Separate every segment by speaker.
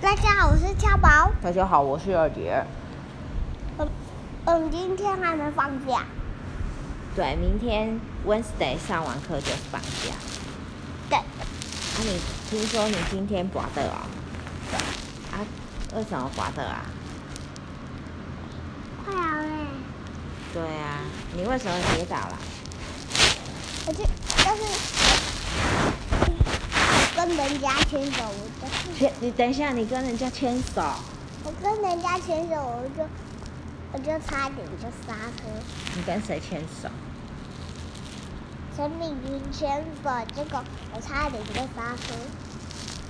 Speaker 1: 大家好，我是超宝。
Speaker 2: 大家好，我是二姐。
Speaker 1: 我我们今天还没放假，
Speaker 2: 对，明天 Wednesday 上完课就放假。
Speaker 1: 对，
Speaker 2: 啊，你听说你今天刮的哦？啊，为什么刮的啊？
Speaker 1: 快要嘞！
Speaker 2: 对啊，你为什么跌倒了？
Speaker 1: 我就但是跟人家牵手，我就
Speaker 2: 牵，你等一下，你跟人家牵手，
Speaker 1: 我跟人家牵手，我就我就差点就刹车。
Speaker 2: 你跟谁牵手？
Speaker 1: 陈敏云牵手，结果我差点就刹车，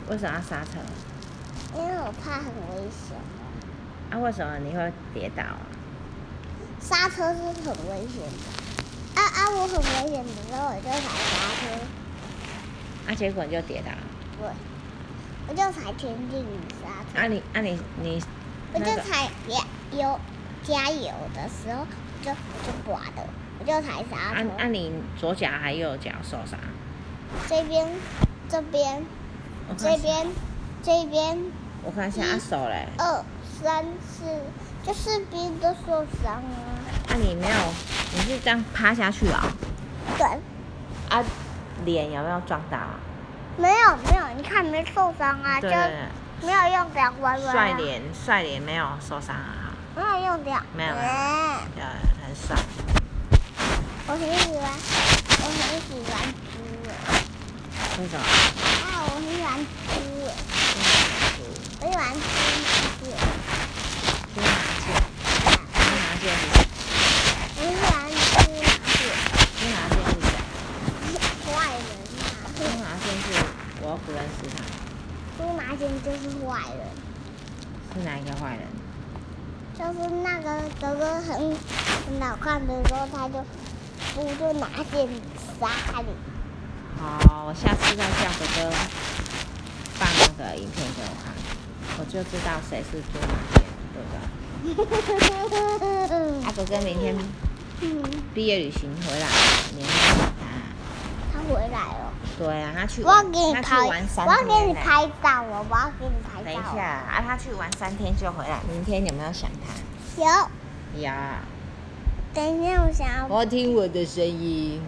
Speaker 2: 为什么要刹车？
Speaker 1: 因为我怕很危险。
Speaker 2: 啊，为什么你会跌倒啊？
Speaker 1: 刹车是很危险的，啊啊！我很危险的时候，我就踩刹车。
Speaker 2: 啊，结果你就跌倒了。
Speaker 1: 对，我就踩前进刹车，
Speaker 2: 啊你，啊你你
Speaker 1: 我
Speaker 2: 那
Speaker 1: 就
Speaker 2: 个
Speaker 1: 踩也油加油的时候，我就我就刮的，我就踩刹
Speaker 2: 啊
Speaker 1: 车。
Speaker 2: 啊你左脚还右脚受伤？
Speaker 1: 这边，这边，
Speaker 2: 我看
Speaker 1: 这
Speaker 2: 一下，
Speaker 1: 边，这边，
Speaker 2: 我看一下啊手嘞。
Speaker 1: 二三四，就士兵都受伤啊。
Speaker 2: 啊，你没有，你是这样趴下去啊、
Speaker 1: 对，
Speaker 2: 啊，脸有没有撞到啊？
Speaker 1: 没有没有，你看没受伤啊，就
Speaker 2: 对对
Speaker 1: 没有用这样弯
Speaker 2: 对，
Speaker 1: 弯、
Speaker 2: 帅
Speaker 1: 啊，
Speaker 2: 脸，帅脸没有受伤啊，
Speaker 1: 没有用这样，
Speaker 2: 没有没啊有
Speaker 1: 嗯
Speaker 2: 对，很帅。
Speaker 1: 我很喜欢，我很喜欢猪欸
Speaker 2: 为什么？
Speaker 1: 啊，我很喜欢猪欸我喜欢吃螃蟹，
Speaker 2: 金麻蟹，金麻蟹是
Speaker 1: 我喜欢吃螃蟹，
Speaker 2: 金麻蟹是
Speaker 1: 坏人嘛，
Speaker 2: 谁？金麻蟹是我不认识他，
Speaker 1: 猪麻筋就是坏人，
Speaker 2: 是哪一个坏人？
Speaker 1: 就是那个哥哥很很好看的时候，他就不就拿剑杀你，
Speaker 2: 好，我下次再叫哥哥放那个影片给我看，我就知道谁是金麻蟹，对不对？啊，哥哥明天
Speaker 1: 嗯，
Speaker 2: 毕业旅行回来，你要找他。
Speaker 1: 他回来了，
Speaker 2: 对啊，他去
Speaker 1: 我要
Speaker 2: 玩，
Speaker 1: 给你
Speaker 2: 他
Speaker 1: 拍，
Speaker 2: 去玩三
Speaker 1: 我
Speaker 2: 天、
Speaker 1: 要给你。拍照了，我要给你拍
Speaker 2: 等一
Speaker 1: 照
Speaker 2: 下
Speaker 1: 了，
Speaker 2: 啊，他去玩三天就回来，明天有没有想他？
Speaker 1: 有，
Speaker 2: 有。
Speaker 1: 等一下我想要，我
Speaker 2: 我要听我的声音。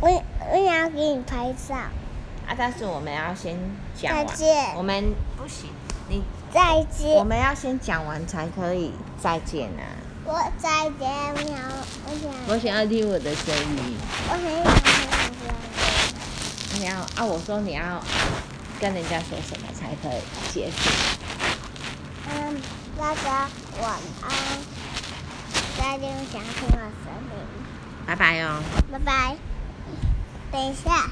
Speaker 1: 我想要给你拍照，
Speaker 2: 啊，但是我们要先讲
Speaker 1: 再
Speaker 2: 完。
Speaker 1: 见
Speaker 2: 我们不行，你
Speaker 1: 再
Speaker 2: 我
Speaker 1: 见。
Speaker 2: 们要先讲完才可以再见啊。
Speaker 1: 我再见，我想，我想，
Speaker 2: 我想要听我的声音。
Speaker 1: 我很想很想
Speaker 2: 你要啊，我说你要跟人家说什么才可以结束？
Speaker 1: 嗯，大家晚安，大家想听我声音，
Speaker 2: 拜拜哦。
Speaker 1: 拜拜。等一下。